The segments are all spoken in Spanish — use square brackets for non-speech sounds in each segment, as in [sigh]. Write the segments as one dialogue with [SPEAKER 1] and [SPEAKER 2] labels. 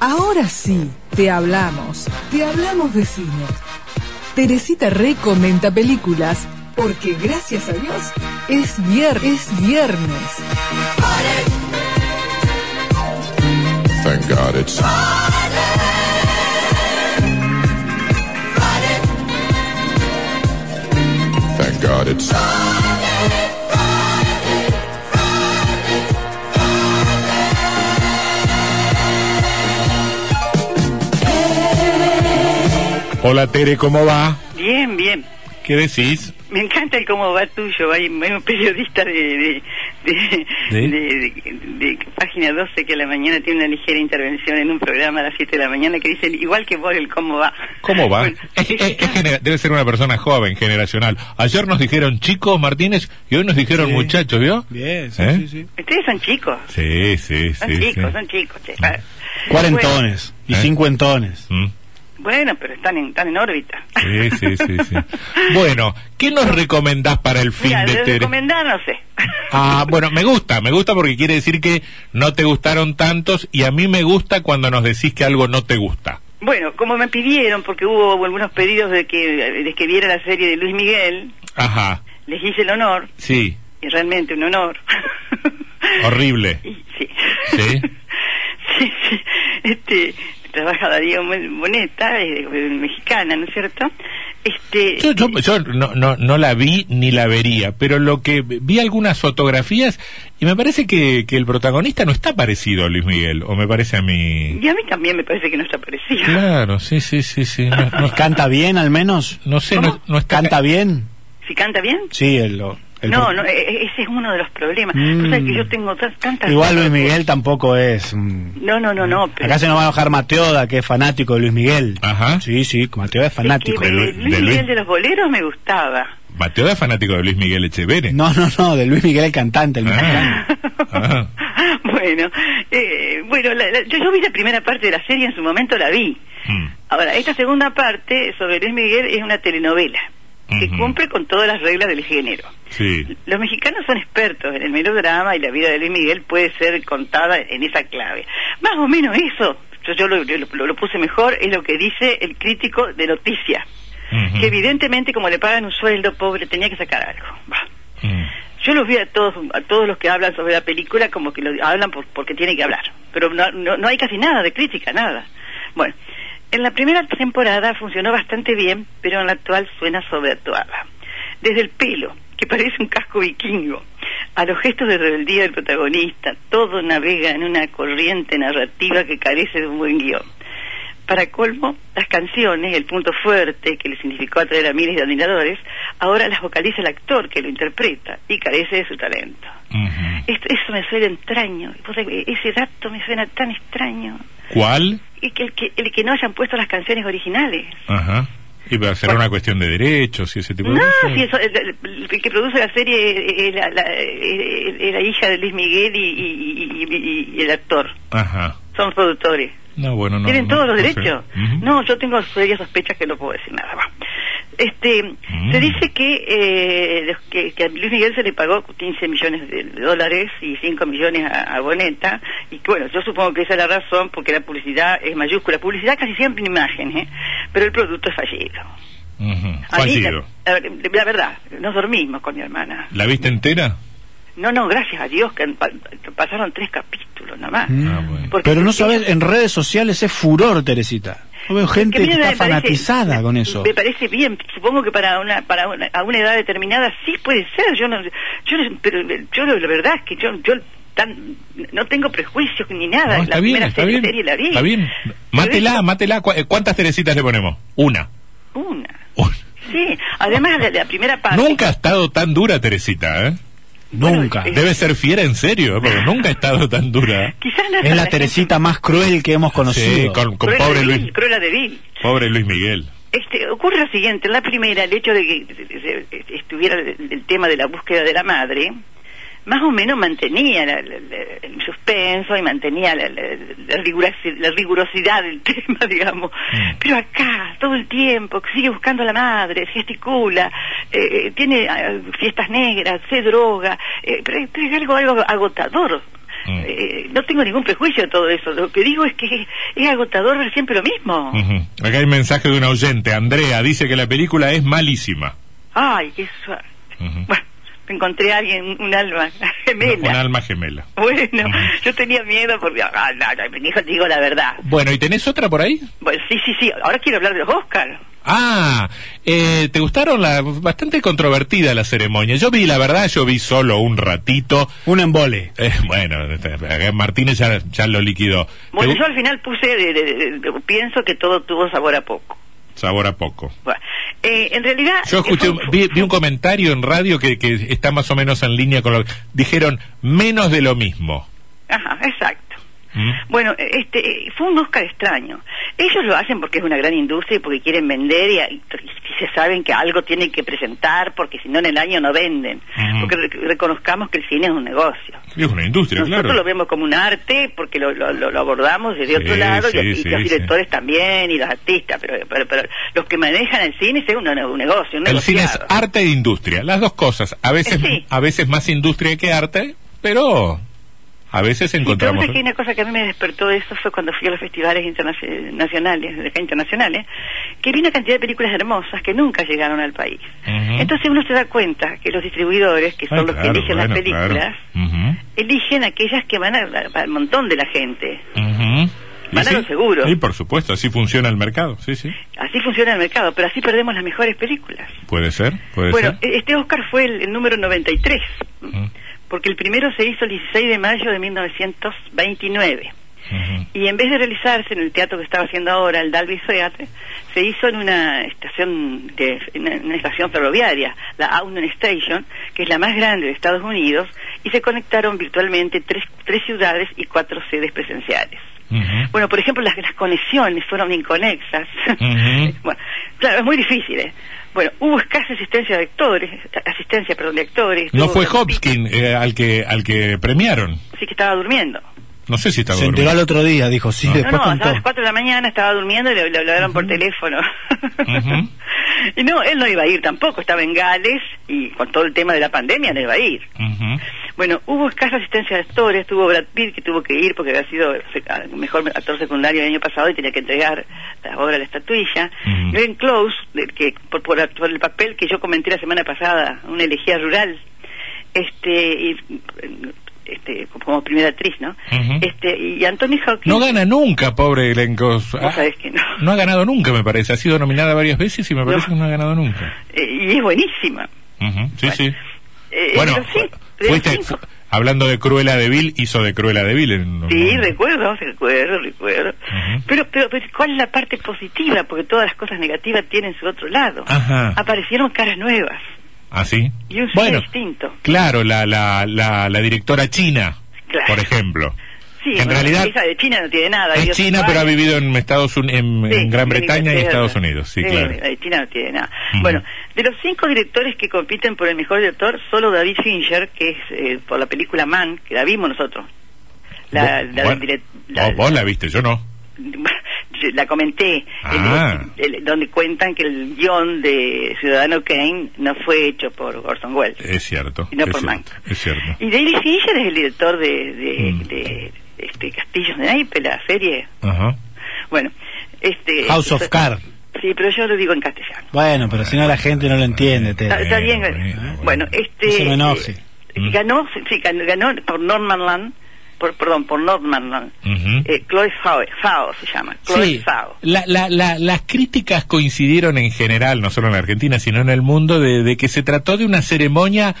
[SPEAKER 1] Ahora sí, te hablamos, te hablamos de cine. Teresita recomenta películas porque gracias a Dios es viernes, es viernes.
[SPEAKER 2] Thank God it's Thank God it's
[SPEAKER 3] Hola Tere, ¿cómo va?
[SPEAKER 4] Bien, bien.
[SPEAKER 3] ¿Qué decís?
[SPEAKER 4] Me encanta el cómo va tuyo. Hay hay un periodista de, de, de-
[SPEAKER 3] ¿De?
[SPEAKER 4] de- de- de página 12 que a la mañana tiene una ligera intervención en un programa a las 7 de la mañana que dice, igual que vos, el cómo va.
[SPEAKER 3] ¿Cómo va? Eh,
[SPEAKER 4] Bueno,
[SPEAKER 3] Es- es- es genera- debe ser una persona joven, generacional. Ayer nos dijeron chicos, Martínez, y hoy nos dijeron
[SPEAKER 5] Sí.
[SPEAKER 3] muchachos, ¿vio?
[SPEAKER 5] Bien, sí,
[SPEAKER 3] ¿Eh?
[SPEAKER 5] sí, sí.
[SPEAKER 4] Ustedes son chicos.
[SPEAKER 3] Sí, sí,
[SPEAKER 4] Son
[SPEAKER 3] sí.
[SPEAKER 4] chicos,
[SPEAKER 3] sí.
[SPEAKER 4] son chicos. che. Ah,
[SPEAKER 5] Cuarentones y
[SPEAKER 3] ¿Eh?
[SPEAKER 5] cincuentones.
[SPEAKER 3] Mm.
[SPEAKER 4] Bueno, pero están en, están en órbita.
[SPEAKER 3] Sí, sí, sí, [laughs] sí. Bueno, ¿qué nos recomendás para el
[SPEAKER 4] [laughs]
[SPEAKER 3] fin
[SPEAKER 4] Mira,
[SPEAKER 3] de
[SPEAKER 4] de
[SPEAKER 3] Tere?
[SPEAKER 4] recomendar, no sé. [laughs]
[SPEAKER 3] Ah, bueno, me gusta, me gusta porque quiere decir que no te gustaron tantos y a mí me gusta cuando nos decís que algo no te gusta.
[SPEAKER 4] Bueno, como me pidieron, porque hubo algunos pedidos de que, de que viera la serie de Luis Miguel,
[SPEAKER 3] Ajá,
[SPEAKER 4] les hice el honor,
[SPEAKER 3] sí,
[SPEAKER 4] y realmente un honor. [laughs]
[SPEAKER 3] horrible.
[SPEAKER 4] Y- Sí.
[SPEAKER 3] ¿Sí?
[SPEAKER 4] sí, sí. Este, trabaja Darío Mon- Boneta, eh, eh, mexicana, ¿no es cierto? Este,
[SPEAKER 3] Yo, yo- yo no, no, no la vi ni la vería, pero lo que vi algunas fotografías y me parece que, que el protagonista no está parecido a Luis Miguel, o me parece a mí.
[SPEAKER 4] y a mí también me parece que no está parecido.
[SPEAKER 3] Claro, sí, sí, sí, sí. No,
[SPEAKER 5] ¿Nos
[SPEAKER 3] no-
[SPEAKER 5] canta bien al menos?
[SPEAKER 3] no sé, no, no está.
[SPEAKER 5] ¿Canta bien?
[SPEAKER 4] ¿Si canta bien?
[SPEAKER 5] Sí, el... lo- el
[SPEAKER 4] no,
[SPEAKER 5] pro-
[SPEAKER 4] no, eh, ese es uno de los problemas.
[SPEAKER 5] Mm.
[SPEAKER 4] Tú sabes que yo tengo tan- tantas...
[SPEAKER 5] Igual Luis Miguel tampoco es... mm.
[SPEAKER 4] No, no, no, no. pero-
[SPEAKER 5] Acá se nos va a enojar Mateoda, que es fanático de Luis Miguel.
[SPEAKER 3] Ajá.
[SPEAKER 5] Sí, sí, Mateoda es
[SPEAKER 4] es que
[SPEAKER 5] fanático.
[SPEAKER 3] de
[SPEAKER 4] Luis,
[SPEAKER 3] Lu- de
[SPEAKER 4] Luis
[SPEAKER 3] Luis.
[SPEAKER 4] Miguel de los boleros me gustaba.
[SPEAKER 3] Mateo es fanático de Luis Miguel Echeverre.
[SPEAKER 5] No, no, no, de Luis Miguel el cantante, el mexicano.
[SPEAKER 3] Ah, ah.
[SPEAKER 4] [laughs] bueno, eh, bueno la- la- yo, yo vi la primera parte de la serie, en su momento la vi.
[SPEAKER 3] Mm.
[SPEAKER 4] Ahora, esta segunda parte sobre Luis Miguel es una telenovela que
[SPEAKER 3] Ujú.
[SPEAKER 4] cumple con todas las reglas del género.
[SPEAKER 3] Sí.
[SPEAKER 4] Los mexicanos son expertos en el melodrama y la vida de Luis Miguel puede ser contada en esa clave. Más o menos eso, yo, yo lo, yo lo- lo puse mejor, es lo que dice el crítico de Noticias,
[SPEAKER 3] Ujú.
[SPEAKER 4] que evidentemente como le pagan un sueldo pobre tenía que sacar algo. Bah.
[SPEAKER 3] Mm.
[SPEAKER 4] Yo los vi a todos, a todos los que hablan sobre la película como que lo hablan por- porque tienen que hablar. Pero no, no- no hay casi nada de crítica, nada. Bueno, en la primera temporada funcionó bastante bien, pero en la actual suena sobreactuada. Desde el pelo, que parece un casco vikingo, a los gestos de rebeldía del protagonista, todo navega en una corriente narrativa que carece de un buen guión. Para colmo, las canciones, el punto fuerte que le significó atraer a miles de admiradores, ahora las vocaliza el actor que lo interpreta y carece de su talento.
[SPEAKER 3] Ujú.
[SPEAKER 4] Esto- eso me suena extraño. Vos sabés, Ese dato me suena tan extraño.
[SPEAKER 3] ¿Cuál?
[SPEAKER 4] Y que el, que el que no hayan puesto las canciones originales.
[SPEAKER 3] Ajá. Y pero será
[SPEAKER 4] Bueno.
[SPEAKER 3] una cuestión de derechos y ese tipo de
[SPEAKER 4] No,
[SPEAKER 3] cosas.
[SPEAKER 4] si eso, el, el- el que produce la serie es la, la- es- es la hija de Luis Miguel y, y- y- y- y el actor.
[SPEAKER 3] Ajá.
[SPEAKER 4] Son productores.
[SPEAKER 3] No, bueno, no.
[SPEAKER 4] Tienen
[SPEAKER 3] no-
[SPEAKER 4] todos los
[SPEAKER 3] no sé.
[SPEAKER 4] derechos.
[SPEAKER 3] Ujú.
[SPEAKER 4] No, yo tengo serias sospechas que no puedo decir nada más. Este,
[SPEAKER 3] Mm.
[SPEAKER 4] se dice que, eh, los que, que a Luis Miguel se le pagó 15 millones de dólares y 5 millones a, a Boneta y que, bueno, yo supongo que esa es la razón porque la publicidad es mayúscula, publicidad casi siempre en imagen, ¿eh? pero el producto es fallido.
[SPEAKER 3] Ujú.
[SPEAKER 4] A mí,
[SPEAKER 3] Fallido.
[SPEAKER 4] la, la- la verdad, nos dormimos con mi hermana.
[SPEAKER 3] ¿La viste entera?
[SPEAKER 4] No, no, gracias a Dios que pa- pasaron tres capítulos nada más.
[SPEAKER 5] Mm.
[SPEAKER 3] Ah, bueno.
[SPEAKER 4] Porque-
[SPEAKER 5] Pero no sabes, en redes sociales es furor, Teresita. Yo veo gente
[SPEAKER 4] Que
[SPEAKER 5] que
[SPEAKER 4] a mí me
[SPEAKER 5] está
[SPEAKER 4] parece-
[SPEAKER 5] fanatizada con eso.
[SPEAKER 4] Me parece bien, supongo que para una para una, a una edad determinada sí puede ser. Yo no, yo no- pero yo la verdad es que yo yo tan- no tengo prejuicios ni nada.
[SPEAKER 3] No,
[SPEAKER 4] Ah, la
[SPEAKER 3] está bien,
[SPEAKER 4] primera
[SPEAKER 3] está
[SPEAKER 4] serie,
[SPEAKER 3] bien.
[SPEAKER 4] serie la vi.
[SPEAKER 3] Está bien. Mátela, mátela. ¿Cu- eh, ¿Cuántas teresitas le ponemos? Una.
[SPEAKER 4] Una.
[SPEAKER 3] Una.
[SPEAKER 4] Sí, además la, la primera parte.
[SPEAKER 3] Nunca ha estado tan dura Teresita, ¿eh?
[SPEAKER 5] Nunca.
[SPEAKER 4] bueno,
[SPEAKER 3] Debe ser fiera en serio, ¿eh?
[SPEAKER 4] Ah.
[SPEAKER 3] porque nunca ha estado tan dura.
[SPEAKER 4] Quizás
[SPEAKER 5] Es la Teresita más cruel que hemos conocido.
[SPEAKER 3] Sí, con, con
[SPEAKER 4] Cruella
[SPEAKER 3] pobre
[SPEAKER 4] de
[SPEAKER 3] Luis,
[SPEAKER 4] Vil, Cruella de Vil.
[SPEAKER 3] pobre Luis Miguel.
[SPEAKER 4] Este, ocurre lo siguiente, en la primera, el hecho de que se- se- estuviera el, el tema de la búsqueda de la madre, más o menos mantenía la- la- la- el suspenso y mantenía la, la- la rigurosi- la rigurosidad del [laughs] tema, digamos.
[SPEAKER 3] Mm.
[SPEAKER 4] Pero acá, todo el tiempo, sigue buscando a la madre, gesticula, eh, eh, tiene ah, fiestas negras, se droga, eh, pero, es- pero es algo, algo agotador.
[SPEAKER 3] Mm.
[SPEAKER 4] Eh, no tengo ningún prejuicio de todo eso. Lo que digo es que es agotador ver siempre lo mismo.
[SPEAKER 3] Ujú. Acá hay mensaje de un oyente. Andrea dice que la película es malísima.
[SPEAKER 4] Ay, qué suerte.
[SPEAKER 3] Ujú.
[SPEAKER 4] Bueno, encontré a alguien, un alma
[SPEAKER 3] Un
[SPEAKER 4] gemela.
[SPEAKER 3] alma gemela.
[SPEAKER 4] Bueno, yo tenía miedo porque, ah, no, no, mi hijo, te digo la verdad.
[SPEAKER 3] Bueno, ¿y tenés otra por ahí?
[SPEAKER 4] Bueno, sí, sí, sí, ahora quiero hablar de los Oscar.
[SPEAKER 3] Ah, eh, ¿te gustaron? La, bastante controvertida la ceremonia. Yo vi, la verdad, yo vi solo un ratito.
[SPEAKER 5] Un embole.
[SPEAKER 3] Eh, bueno, este, acá Martínez ya, ya lo liquidó.
[SPEAKER 4] Bueno,
[SPEAKER 3] ¿Te
[SPEAKER 4] yo
[SPEAKER 3] gu-
[SPEAKER 4] al final puse, de- de- de- de- pienso que todo tuvo sabor a poco.
[SPEAKER 3] Sabor a poco.
[SPEAKER 4] Bueno, eh, en realidad...
[SPEAKER 3] Yo escuché,
[SPEAKER 4] eh,
[SPEAKER 3] un-
[SPEAKER 4] fue-
[SPEAKER 3] vi,
[SPEAKER 4] fue-
[SPEAKER 3] vi un comentario en radio que, que está más o menos en línea con lo que... Dijeron, menos de lo mismo.
[SPEAKER 4] Ajá, exacto.
[SPEAKER 3] ¿Mm?
[SPEAKER 4] Bueno, eh, este eh, fue un Oscar extraño. Ellos lo hacen porque es una gran industria y porque quieren vender y, y- y se saben que algo tienen que presentar porque si no en el año no venden.
[SPEAKER 3] Ujú.
[SPEAKER 4] Porque re- reconozcamos que el cine es un negocio.
[SPEAKER 3] Es una industria,
[SPEAKER 4] Nosotros
[SPEAKER 3] claro.
[SPEAKER 4] lo vemos como un arte porque lo, lo- lo- lo abordamos desde
[SPEAKER 3] Sí,
[SPEAKER 4] otro lado y-
[SPEAKER 3] sí,
[SPEAKER 4] y,
[SPEAKER 3] sí,
[SPEAKER 4] los directores
[SPEAKER 3] sí.
[SPEAKER 4] también y los artistas, pero, pero, pero los que manejan el cine es un, un negocio. Un
[SPEAKER 3] El cine es
[SPEAKER 4] negociado.
[SPEAKER 3] arte e industria, las dos cosas. A veces,
[SPEAKER 4] Eh, sí.
[SPEAKER 3] a veces más industria que arte, pero a veces
[SPEAKER 4] Sí, pero
[SPEAKER 3] encontramos.
[SPEAKER 4] vos sabés que una cosa que a mí me despertó eso fue cuando fui a los festivales internacionales, nacionales, de acá internacionales, que vi una cantidad de películas hermosas que nunca llegaron al país.
[SPEAKER 3] Ujú.
[SPEAKER 4] Entonces uno se da cuenta que los distribuidores, que son
[SPEAKER 3] Ah,
[SPEAKER 4] los que
[SPEAKER 3] claro,
[SPEAKER 4] eligen las
[SPEAKER 3] bueno, claro.
[SPEAKER 4] películas, eligen aquellas que van al, al montón de la gente.
[SPEAKER 3] Ujú, ujú. Y
[SPEAKER 4] Van a lo seguro.
[SPEAKER 3] Y por supuesto, así funciona el mercado. Sí, sí.
[SPEAKER 4] Así funciona el mercado, pero así perdemos las mejores películas.
[SPEAKER 3] Puede ser, puede
[SPEAKER 4] Bueno,
[SPEAKER 3] ser.
[SPEAKER 4] e- este Oscar fue el, el número 93,
[SPEAKER 3] Ujú,
[SPEAKER 4] porque el primero se hizo el 16 de mayo de 1929.
[SPEAKER 3] ujú.
[SPEAKER 4] Y en vez de realizarse en el teatro que estaba haciendo ahora, el Dalby Theatre, se hizo en una estación de, en una- en una estación ferroviaria, la Union Station, que es la más grande de Estados Unidos, y se conectaron virtualmente tres, tres ciudades y cuatro sedes presenciales.
[SPEAKER 3] Ujú.
[SPEAKER 4] Bueno, por ejemplo, las, las conexiones fueron inconexas.
[SPEAKER 3] Ujú.
[SPEAKER 4] [laughs] bueno, claro, es muy difícil. ¿eh? Bueno, hubo escasa asistencia de actores, asistencia, perdón, de actores.
[SPEAKER 3] No
[SPEAKER 4] Hubo-
[SPEAKER 3] fue Hopkins eh, al que al que premiaron.
[SPEAKER 4] Sí que estaba durmiendo.
[SPEAKER 3] No sé si está
[SPEAKER 5] Se enteró al otro día, dijo, sí,
[SPEAKER 3] No.
[SPEAKER 5] después
[SPEAKER 4] No, no,
[SPEAKER 5] contó.
[SPEAKER 4] a las 4 de la mañana estaba durmiendo y le, le hablaron por teléfono.
[SPEAKER 3] Ujú.
[SPEAKER 4] [laughs] Y no, él no iba a ir tampoco, estaba en Gales y con todo el tema de la pandemia no iba a ir.
[SPEAKER 3] Ujú.
[SPEAKER 4] Bueno, hubo escasa asistencia de actores, tuvo Brad Pitt que tuvo que ir porque había sido se- a- mejor actor secundario el año pasado y tenía que entregar la obra a la estatuilla.
[SPEAKER 3] Ujú.
[SPEAKER 4] Glenn Close, de- que por, por, act- por el papel que yo comenté la semana pasada, una elegía rural, este, y, este como primera actriz, ¿no?
[SPEAKER 3] Ujú.
[SPEAKER 4] Este y Anthony Hopkins
[SPEAKER 3] No gana nunca, pobre elencos.
[SPEAKER 4] Vos sabés que no.
[SPEAKER 3] ha ganado nunca, me parece. Ha sido nominada varias veces y me
[SPEAKER 4] No.
[SPEAKER 3] parece que no ha ganado nunca.
[SPEAKER 4] Eh, [laughs] y es buenísima.
[SPEAKER 3] Ujú, Sí,
[SPEAKER 4] Bueno.
[SPEAKER 3] sí.
[SPEAKER 4] Eh,
[SPEAKER 3] bueno,
[SPEAKER 4] pero sí, de
[SPEAKER 3] fuiste
[SPEAKER 4] los cinco.
[SPEAKER 3] fu- hablando de Cruella de Vil, hizo de Cruella de Vil. En un
[SPEAKER 4] Sí,
[SPEAKER 3] momento.
[SPEAKER 4] recuerdo, recuerdo, recuerdo.
[SPEAKER 3] Ujú.
[SPEAKER 4] pero, pero, pero, ¿cuál es la parte positiva? Porque todas las cosas negativas tienen su otro lado.
[SPEAKER 3] Ajá.
[SPEAKER 4] Aparecieron caras nuevas
[SPEAKER 3] ¿Ah, sí?
[SPEAKER 4] y un cine
[SPEAKER 3] Bueno,
[SPEAKER 4] distinto.
[SPEAKER 3] claro, la, la, la, la directora china,
[SPEAKER 4] Claro.
[SPEAKER 3] por ejemplo.
[SPEAKER 4] Sí,
[SPEAKER 3] que en
[SPEAKER 4] bueno,
[SPEAKER 3] realidad
[SPEAKER 4] esa de China no tiene nada.
[SPEAKER 3] es
[SPEAKER 4] Dios
[SPEAKER 3] china,
[SPEAKER 4] sabe.
[SPEAKER 3] pero ha vivido en Estados Uni- en,
[SPEAKER 4] Sí, tiene
[SPEAKER 3] en Gran
[SPEAKER 4] que
[SPEAKER 3] Bretaña y
[SPEAKER 4] ser.
[SPEAKER 3] Estados Unidos. Sí, claro.
[SPEAKER 4] la de China no tiene nada.
[SPEAKER 3] Ujú.
[SPEAKER 4] Bueno, de los cinco directores que compiten por el mejor director, solo David Fincher, que es eh, por la película Man, que la vimos nosotros. La,
[SPEAKER 3] Vos-
[SPEAKER 4] la,
[SPEAKER 3] bueno,
[SPEAKER 4] direc- la-
[SPEAKER 3] vos- vos la viste, yo no.
[SPEAKER 4] [laughs] la comenté,
[SPEAKER 3] Ah.
[SPEAKER 4] el- el- donde cuentan que el guión de Ciudadano Kane no fue hecho por Orson Welles.
[SPEAKER 3] Es cierto.
[SPEAKER 4] y no
[SPEAKER 3] es,
[SPEAKER 4] por
[SPEAKER 3] cierto
[SPEAKER 4] Mank.
[SPEAKER 3] es cierto.
[SPEAKER 4] Y Daily Fincher es el director de, de,
[SPEAKER 3] Mm.
[SPEAKER 4] de, este, Castillos de Naipes, la serie.
[SPEAKER 3] Ajá.
[SPEAKER 4] Bueno, este...
[SPEAKER 5] House of
[SPEAKER 4] eso-
[SPEAKER 5] Cards.
[SPEAKER 4] Sí, pero yo lo digo en castellano.
[SPEAKER 5] Bueno, pero si no la gente no lo entiende, Tere.
[SPEAKER 4] Está, está bien,
[SPEAKER 3] bueno,
[SPEAKER 4] bueno,
[SPEAKER 3] bueno.
[SPEAKER 4] este...
[SPEAKER 5] No se me enoje.
[SPEAKER 4] eh, ganó, sí, ganó, ganó por Normanland, por, perdón, por Normanland.
[SPEAKER 3] Ujú.
[SPEAKER 4] Eh, Chloe Fao, Fao se llama, Chloe
[SPEAKER 3] Sí,
[SPEAKER 4] Fao.
[SPEAKER 3] la- la- la- las críticas coincidieron en general, no solo en la Argentina, sino en el mundo, de, de que se trató de una ceremonia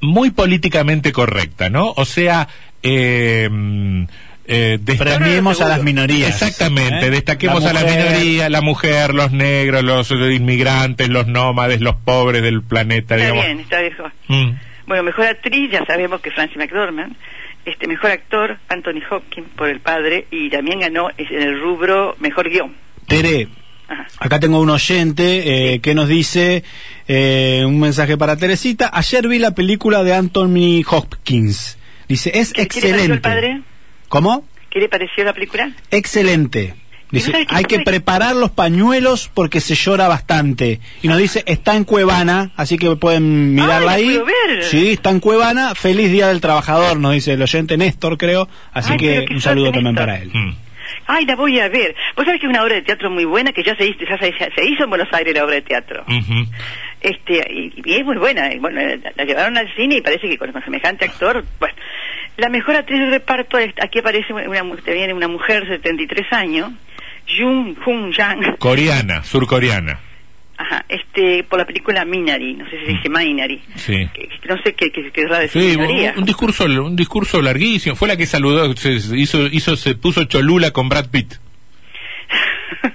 [SPEAKER 3] muy políticamente correcta, ¿no? O sea, eh, mm, eh, destaca-
[SPEAKER 5] Premiemos a las minorías.
[SPEAKER 3] Exactamente,
[SPEAKER 5] ¿Eh?
[SPEAKER 3] destaquemos
[SPEAKER 5] La
[SPEAKER 3] a la
[SPEAKER 5] mujer.
[SPEAKER 3] minoría, la mujer, los negros, los eh, inmigrantes, los nómades, los pobres del planeta,
[SPEAKER 4] Está
[SPEAKER 3] digamos.
[SPEAKER 4] bien, está viejo.
[SPEAKER 3] Mm.
[SPEAKER 4] Bueno, mejor actriz, ya sabemos que Francis McDormand. Este, mejor actor, Anthony Hopkins, por el padre, y también ganó es, en el rubro mejor guión.
[SPEAKER 5] Tere,
[SPEAKER 4] Ajá.
[SPEAKER 5] acá tengo un oyente eh, que nos dice eh, un mensaje para Teresita. Ayer vi la película de Anthony Hopkins. Dice, es
[SPEAKER 4] ¿Qué- qué le pareció
[SPEAKER 5] excelente.
[SPEAKER 4] el padre?
[SPEAKER 5] ¿Cómo?
[SPEAKER 4] ¿Qué le pareció la película?
[SPEAKER 5] Excelente. Dice,
[SPEAKER 4] no sabe qué
[SPEAKER 5] hay que
[SPEAKER 4] fue".
[SPEAKER 5] preparar los pañuelos porque se llora bastante. Y nos dice, está en Cuevana, así que pueden mirarla
[SPEAKER 4] Ah, la
[SPEAKER 5] ahí.
[SPEAKER 4] puedo ver.
[SPEAKER 5] Sí, está en Cuevana. Feliz Día del Trabajador, nos dice el oyente Néstor, creo. Así
[SPEAKER 4] Ay,
[SPEAKER 5] que
[SPEAKER 4] pero qué
[SPEAKER 5] un saludo
[SPEAKER 4] suerte,
[SPEAKER 5] también
[SPEAKER 4] Néstor.
[SPEAKER 5] para él.
[SPEAKER 3] Mm.
[SPEAKER 4] Ay, la voy a ver. Vos sabés que es una obra de teatro muy buena que ya se hizo, ya se, ya se hizo en Buenos Aires la obra de teatro.
[SPEAKER 3] mm, Ujú.
[SPEAKER 4] Este, y, y es muy buena. Y Bueno, la, la llevaron al cine y parece que con, con semejante actor, bueno. La mejor actriz del reparto, es- aquí aparece una, mu- te viene una mujer de 73 años, Jung Jung Yang,
[SPEAKER 3] Coreana, surcoreana.
[SPEAKER 4] ajá, este, por la película Minari, no sé si se dice Minari,
[SPEAKER 3] Mm. Sí.
[SPEAKER 4] que- que no sé qué, qué, qué es la de
[SPEAKER 3] Sí, un, un discurso, un discurso larguísimo. Fue la que saludó, se hizo, hizo, se puso Cholula con Brad Pitt.
[SPEAKER 4] [laughs]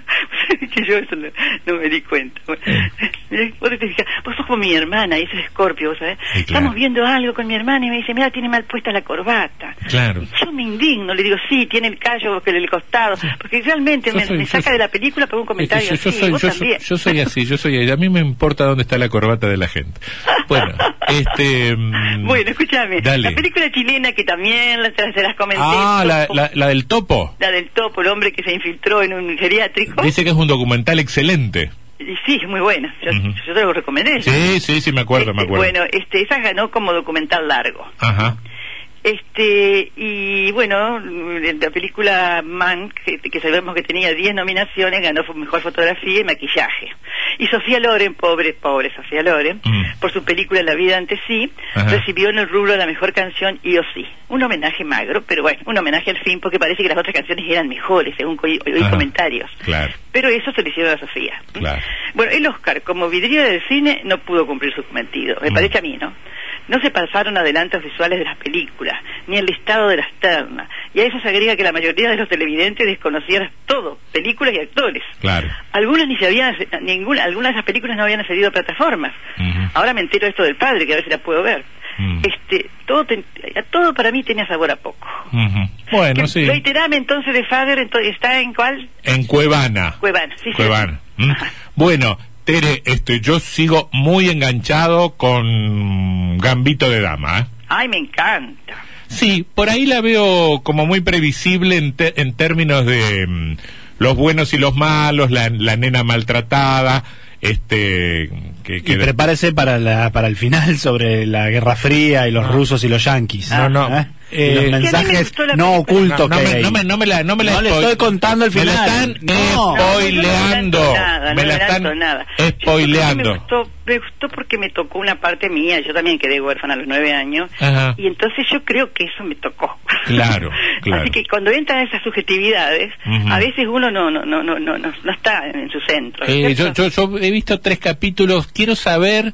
[SPEAKER 4] que yo eso no, no me di cuenta. Bueno, [laughs] Vos te fijas, vos sos como mi hermana, y es Scorpio, ¿vos ¿sabes?
[SPEAKER 3] Sí, claro.
[SPEAKER 4] Estamos viendo algo con mi hermana y me dice, mira, tiene mal puesta la corbata.
[SPEAKER 3] Claro.
[SPEAKER 4] Y yo me indigno, le digo, sí, tiene el callo que le costado, porque realmente
[SPEAKER 3] Yo
[SPEAKER 4] me,
[SPEAKER 3] soy-
[SPEAKER 4] me
[SPEAKER 3] yo
[SPEAKER 4] saca
[SPEAKER 3] soy-
[SPEAKER 4] de la película por un comentario
[SPEAKER 3] Es que yo, yo
[SPEAKER 4] así,
[SPEAKER 3] soy,
[SPEAKER 4] vos
[SPEAKER 3] yo, soy,
[SPEAKER 4] también.
[SPEAKER 3] yo soy así, yo soy A mí me importa dónde está la corbata de la gente. Bueno, este. mm,
[SPEAKER 4] Bueno, escúchame,
[SPEAKER 3] Dale.
[SPEAKER 4] la película chilena que también la, se las comenté.
[SPEAKER 3] Ah, la,
[SPEAKER 4] Topo,
[SPEAKER 3] la, la del topo.
[SPEAKER 4] la del topo, el hombre que se infiltró en un geriátrico.
[SPEAKER 3] Dice que es un documental excelente.
[SPEAKER 4] Y sí, es muy buena. Yo,
[SPEAKER 3] Ujú.
[SPEAKER 4] yo te lo recomendé.
[SPEAKER 3] Sí, sí, sí, me acuerdo, me
[SPEAKER 4] Este,
[SPEAKER 3] acuerdo.
[SPEAKER 4] Bueno, este, esa ganó como documental largo.
[SPEAKER 3] Ajá.
[SPEAKER 4] Este, y bueno, la película Man, que, que sabemos que tenía 10 nominaciones, ganó fo- mejor fotografía y maquillaje. Y Sofía Loren, pobre, pobre Sofía Loren,
[SPEAKER 3] Mm.
[SPEAKER 4] por su película La vida ante sí,
[SPEAKER 3] Ajá.
[SPEAKER 4] recibió en el rubro la mejor canción y o sí. Un homenaje magro, pero bueno, un homenaje al fin, porque parece que las otras canciones eran mejores, según co- oí
[SPEAKER 3] Ajá.
[SPEAKER 4] comentarios.
[SPEAKER 3] Claro.
[SPEAKER 4] Pero eso se le hicieron a Sofía.
[SPEAKER 3] Claro.
[SPEAKER 4] Bueno, el Oscar, como vidrio del cine, no pudo cumplir su cometido, me
[SPEAKER 3] Mm.
[SPEAKER 4] parece a mí, ¿no? No se pasaron adelantos visuales de las películas, ni el listado de las ternas. Y a eso se agrega que la mayoría de los televidentes desconocían todo, películas y actores.
[SPEAKER 3] Claro.
[SPEAKER 4] Algunas ni se habían, ninguna, algunas de esas películas no habían accedido a plataformas.
[SPEAKER 3] Ujú.
[SPEAKER 4] Ahora me entero esto del padre, que a ver si la puedo ver.
[SPEAKER 3] Mm.
[SPEAKER 4] Este, todo, ten- todo para mí tenía sabor a poco.
[SPEAKER 3] Ujú. Bueno,
[SPEAKER 4] Que-
[SPEAKER 3] Eh, sí.
[SPEAKER 4] Reiterame entonces de Father, entonces, ¿está en cuál?
[SPEAKER 3] En Cuevana.
[SPEAKER 4] Cuevana, sí, sí.
[SPEAKER 3] Cuevana. ¿m?
[SPEAKER 4] Ajá.
[SPEAKER 3] Bueno, Tere, este, yo sigo muy enganchado con Gambito de Dama. ¿eh?
[SPEAKER 4] Ay, me encanta.
[SPEAKER 3] Sí, por ahí la veo como muy previsible en, te- en términos de mm, los buenos y los malos, la, la nena maltratada, este, que, que-
[SPEAKER 5] Y prepárese para, la, para el final sobre la Guerra Fría y los rusos y los yanquis.
[SPEAKER 3] No, no.
[SPEAKER 5] ¿Eh? Y
[SPEAKER 3] Eh,
[SPEAKER 5] los
[SPEAKER 4] Ah. Que a mí me
[SPEAKER 5] mensajes
[SPEAKER 4] gustó la
[SPEAKER 5] no
[SPEAKER 4] película.
[SPEAKER 5] ocultos
[SPEAKER 3] no, no
[SPEAKER 5] que hay
[SPEAKER 3] me,
[SPEAKER 5] ahí.
[SPEAKER 3] no me- no me la no me la
[SPEAKER 5] No le
[SPEAKER 3] spoil-
[SPEAKER 5] estoy contando el final.
[SPEAKER 3] Me la están
[SPEAKER 5] No.
[SPEAKER 3] spoileando.
[SPEAKER 4] No, no, no adelanto nada, no
[SPEAKER 3] me la están
[SPEAKER 4] adelanto nada. Yo creo que
[SPEAKER 3] spoileando.
[SPEAKER 4] Me gustó, me gustó porque me tocó una parte mía. Yo también quedé huérfana a los nueve años.
[SPEAKER 3] Ajá.
[SPEAKER 4] Y entonces yo creo que eso me tocó.
[SPEAKER 3] Claro, claro.
[SPEAKER 4] [laughs] Así que cuando entran esas subjetividades,
[SPEAKER 3] Ujú.
[SPEAKER 4] a veces uno no no no no no, no, no está en su centro. [laughs]
[SPEAKER 3] Eh, yo,
[SPEAKER 4] ¿cierto?
[SPEAKER 3] yo, yo he visto tres capítulos. Quiero saber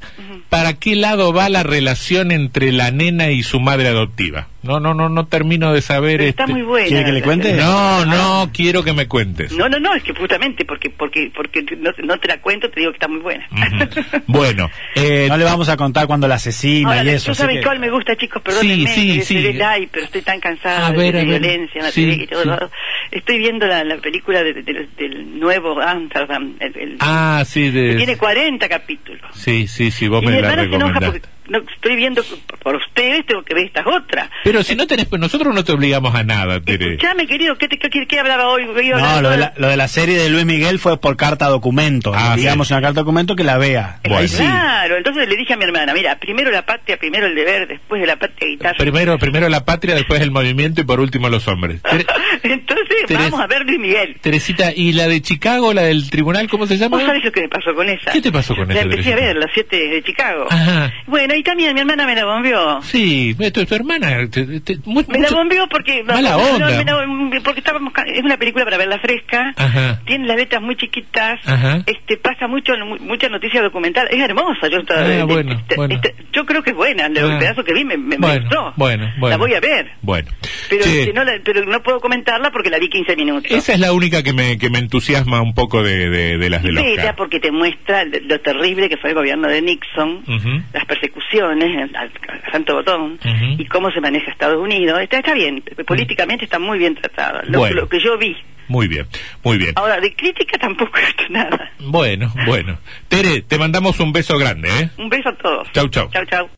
[SPEAKER 3] para qué lado va la relación entre la nena y su madre adoptiva. No, no, no, no termino de saber.
[SPEAKER 4] Pero está
[SPEAKER 3] este-
[SPEAKER 4] muy buena.
[SPEAKER 5] ¿Quiere que le cuente?
[SPEAKER 3] No, no, quiero que me cuentes.
[SPEAKER 4] No, no, no, es que justamente porque porque porque no, no te la cuento, te digo que está muy buena. [laughs]
[SPEAKER 3] Ujú. Bueno, eh,
[SPEAKER 5] no le vamos a contar cuando la asesina
[SPEAKER 4] Ahora,
[SPEAKER 5] y eso.
[SPEAKER 4] yo
[SPEAKER 5] así
[SPEAKER 4] saben
[SPEAKER 5] que-
[SPEAKER 4] cuál me gusta, chicos, perdónenme,
[SPEAKER 3] Sí, sí,
[SPEAKER 4] que
[SPEAKER 3] sí.
[SPEAKER 4] se dé like, pero estoy tan cansada
[SPEAKER 3] A
[SPEAKER 4] de-
[SPEAKER 3] ver,
[SPEAKER 4] de,
[SPEAKER 3] a ver.
[SPEAKER 4] violencia en la
[SPEAKER 3] Sí,
[SPEAKER 4] tele que todo
[SPEAKER 3] sí.
[SPEAKER 4] lo- Estoy viendo la, la película de- de- del- del nuevo Amsterdam, el, el-
[SPEAKER 3] ah, sí,
[SPEAKER 4] que
[SPEAKER 3] de,
[SPEAKER 4] tiene 40 capítulos.
[SPEAKER 3] sí, sí, sí, vos
[SPEAKER 4] y
[SPEAKER 3] me
[SPEAKER 4] mi
[SPEAKER 3] la
[SPEAKER 4] hermana se enoja porque
[SPEAKER 3] recomendaste.
[SPEAKER 4] no, estoy viendo por- por ustedes, tengo que ver estas otras.
[SPEAKER 3] Pero si no tenés, pues nosotros no te obligamos a nada, Tere.
[SPEAKER 4] Escuchame, querido, ¿qué, te, qué, qué hablaba hoy? Iba a
[SPEAKER 5] No,
[SPEAKER 4] hablar
[SPEAKER 5] lo de, la,
[SPEAKER 4] ahora-
[SPEAKER 5] lo de la serie de Luis Miguel fue por carta documento.
[SPEAKER 3] Ah,
[SPEAKER 5] digamos
[SPEAKER 3] sí.
[SPEAKER 5] una carta documento que la vea.
[SPEAKER 3] Bueno.
[SPEAKER 5] Ahí sí.
[SPEAKER 4] Claro, entonces le dije a mi hermana, mira, primero la patria, primero el deber, después de la patria guitarra. [laughs]
[SPEAKER 3] Primero, primero la patria, después el movimiento y por último los hombres. Tere-
[SPEAKER 4] entonces
[SPEAKER 3] Teresa-
[SPEAKER 4] vamos a ver Luis Miguel.
[SPEAKER 3] Teresita, ¿y la de Chicago, la del tribunal, cómo se llama?
[SPEAKER 4] ¿Vos sabés lo que me pasó con esa?
[SPEAKER 3] ¿Qué te pasó con
[SPEAKER 4] la
[SPEAKER 3] esa,
[SPEAKER 4] empecé a
[SPEAKER 3] Teresita?
[SPEAKER 4] ver, los siete de Chicago.
[SPEAKER 3] Ajá.
[SPEAKER 4] Bueno, y también mi hermana me la bombeó.
[SPEAKER 3] Sí, tu, tu hermana. te- te- mu-
[SPEAKER 4] Me la
[SPEAKER 3] mucho-
[SPEAKER 4] bombeó porque...
[SPEAKER 3] Mala
[SPEAKER 4] no,
[SPEAKER 3] onda.
[SPEAKER 4] me la bombeó porque estábamos... ca- Es una película para verla fresca.
[SPEAKER 3] Ajá.
[SPEAKER 4] Tiene las letras muy chiquitas.
[SPEAKER 3] Ajá.
[SPEAKER 4] Este, pasa mucho, mu- mucha noticia documental. Es hermosa. Yo, estaba-
[SPEAKER 3] Ah,
[SPEAKER 4] este-
[SPEAKER 3] bueno,
[SPEAKER 4] este-
[SPEAKER 3] bueno.
[SPEAKER 4] este- yo creo que es buena. El
[SPEAKER 3] Ah.
[SPEAKER 4] pedazo que vi me, me- me
[SPEAKER 3] bueno,
[SPEAKER 4] gustó.
[SPEAKER 3] Bueno, bueno.
[SPEAKER 4] La voy a ver.
[SPEAKER 3] Bueno.
[SPEAKER 4] Pero,
[SPEAKER 3] Che,
[SPEAKER 4] este, no la- pero no puedo comentarla porque la vi 15 minutos.
[SPEAKER 3] Esa es la única que me, que me entusiasma un poco de, de, de las del
[SPEAKER 4] Vela
[SPEAKER 3] Oscar.
[SPEAKER 4] porque te muestra lo- lo terrible que fue el gobierno de Nixon,
[SPEAKER 3] Ujú.
[SPEAKER 4] las persecuciones al, al Santo Botón
[SPEAKER 3] Ujú.
[SPEAKER 4] y cómo se maneja Estados Unidos. Está, está bien, políticamente está muy bien tratada, lo,
[SPEAKER 3] Bueno.
[SPEAKER 4] lo que yo vi.
[SPEAKER 3] Muy bien, muy bien.
[SPEAKER 4] Ahora, de crítica tampoco [laughs] he visto nada.
[SPEAKER 3] Bueno, bueno. Tere, te mandamos un beso grande, ¿eh?
[SPEAKER 4] Un beso a todos.
[SPEAKER 3] Chau, chau.
[SPEAKER 4] Chau, chau.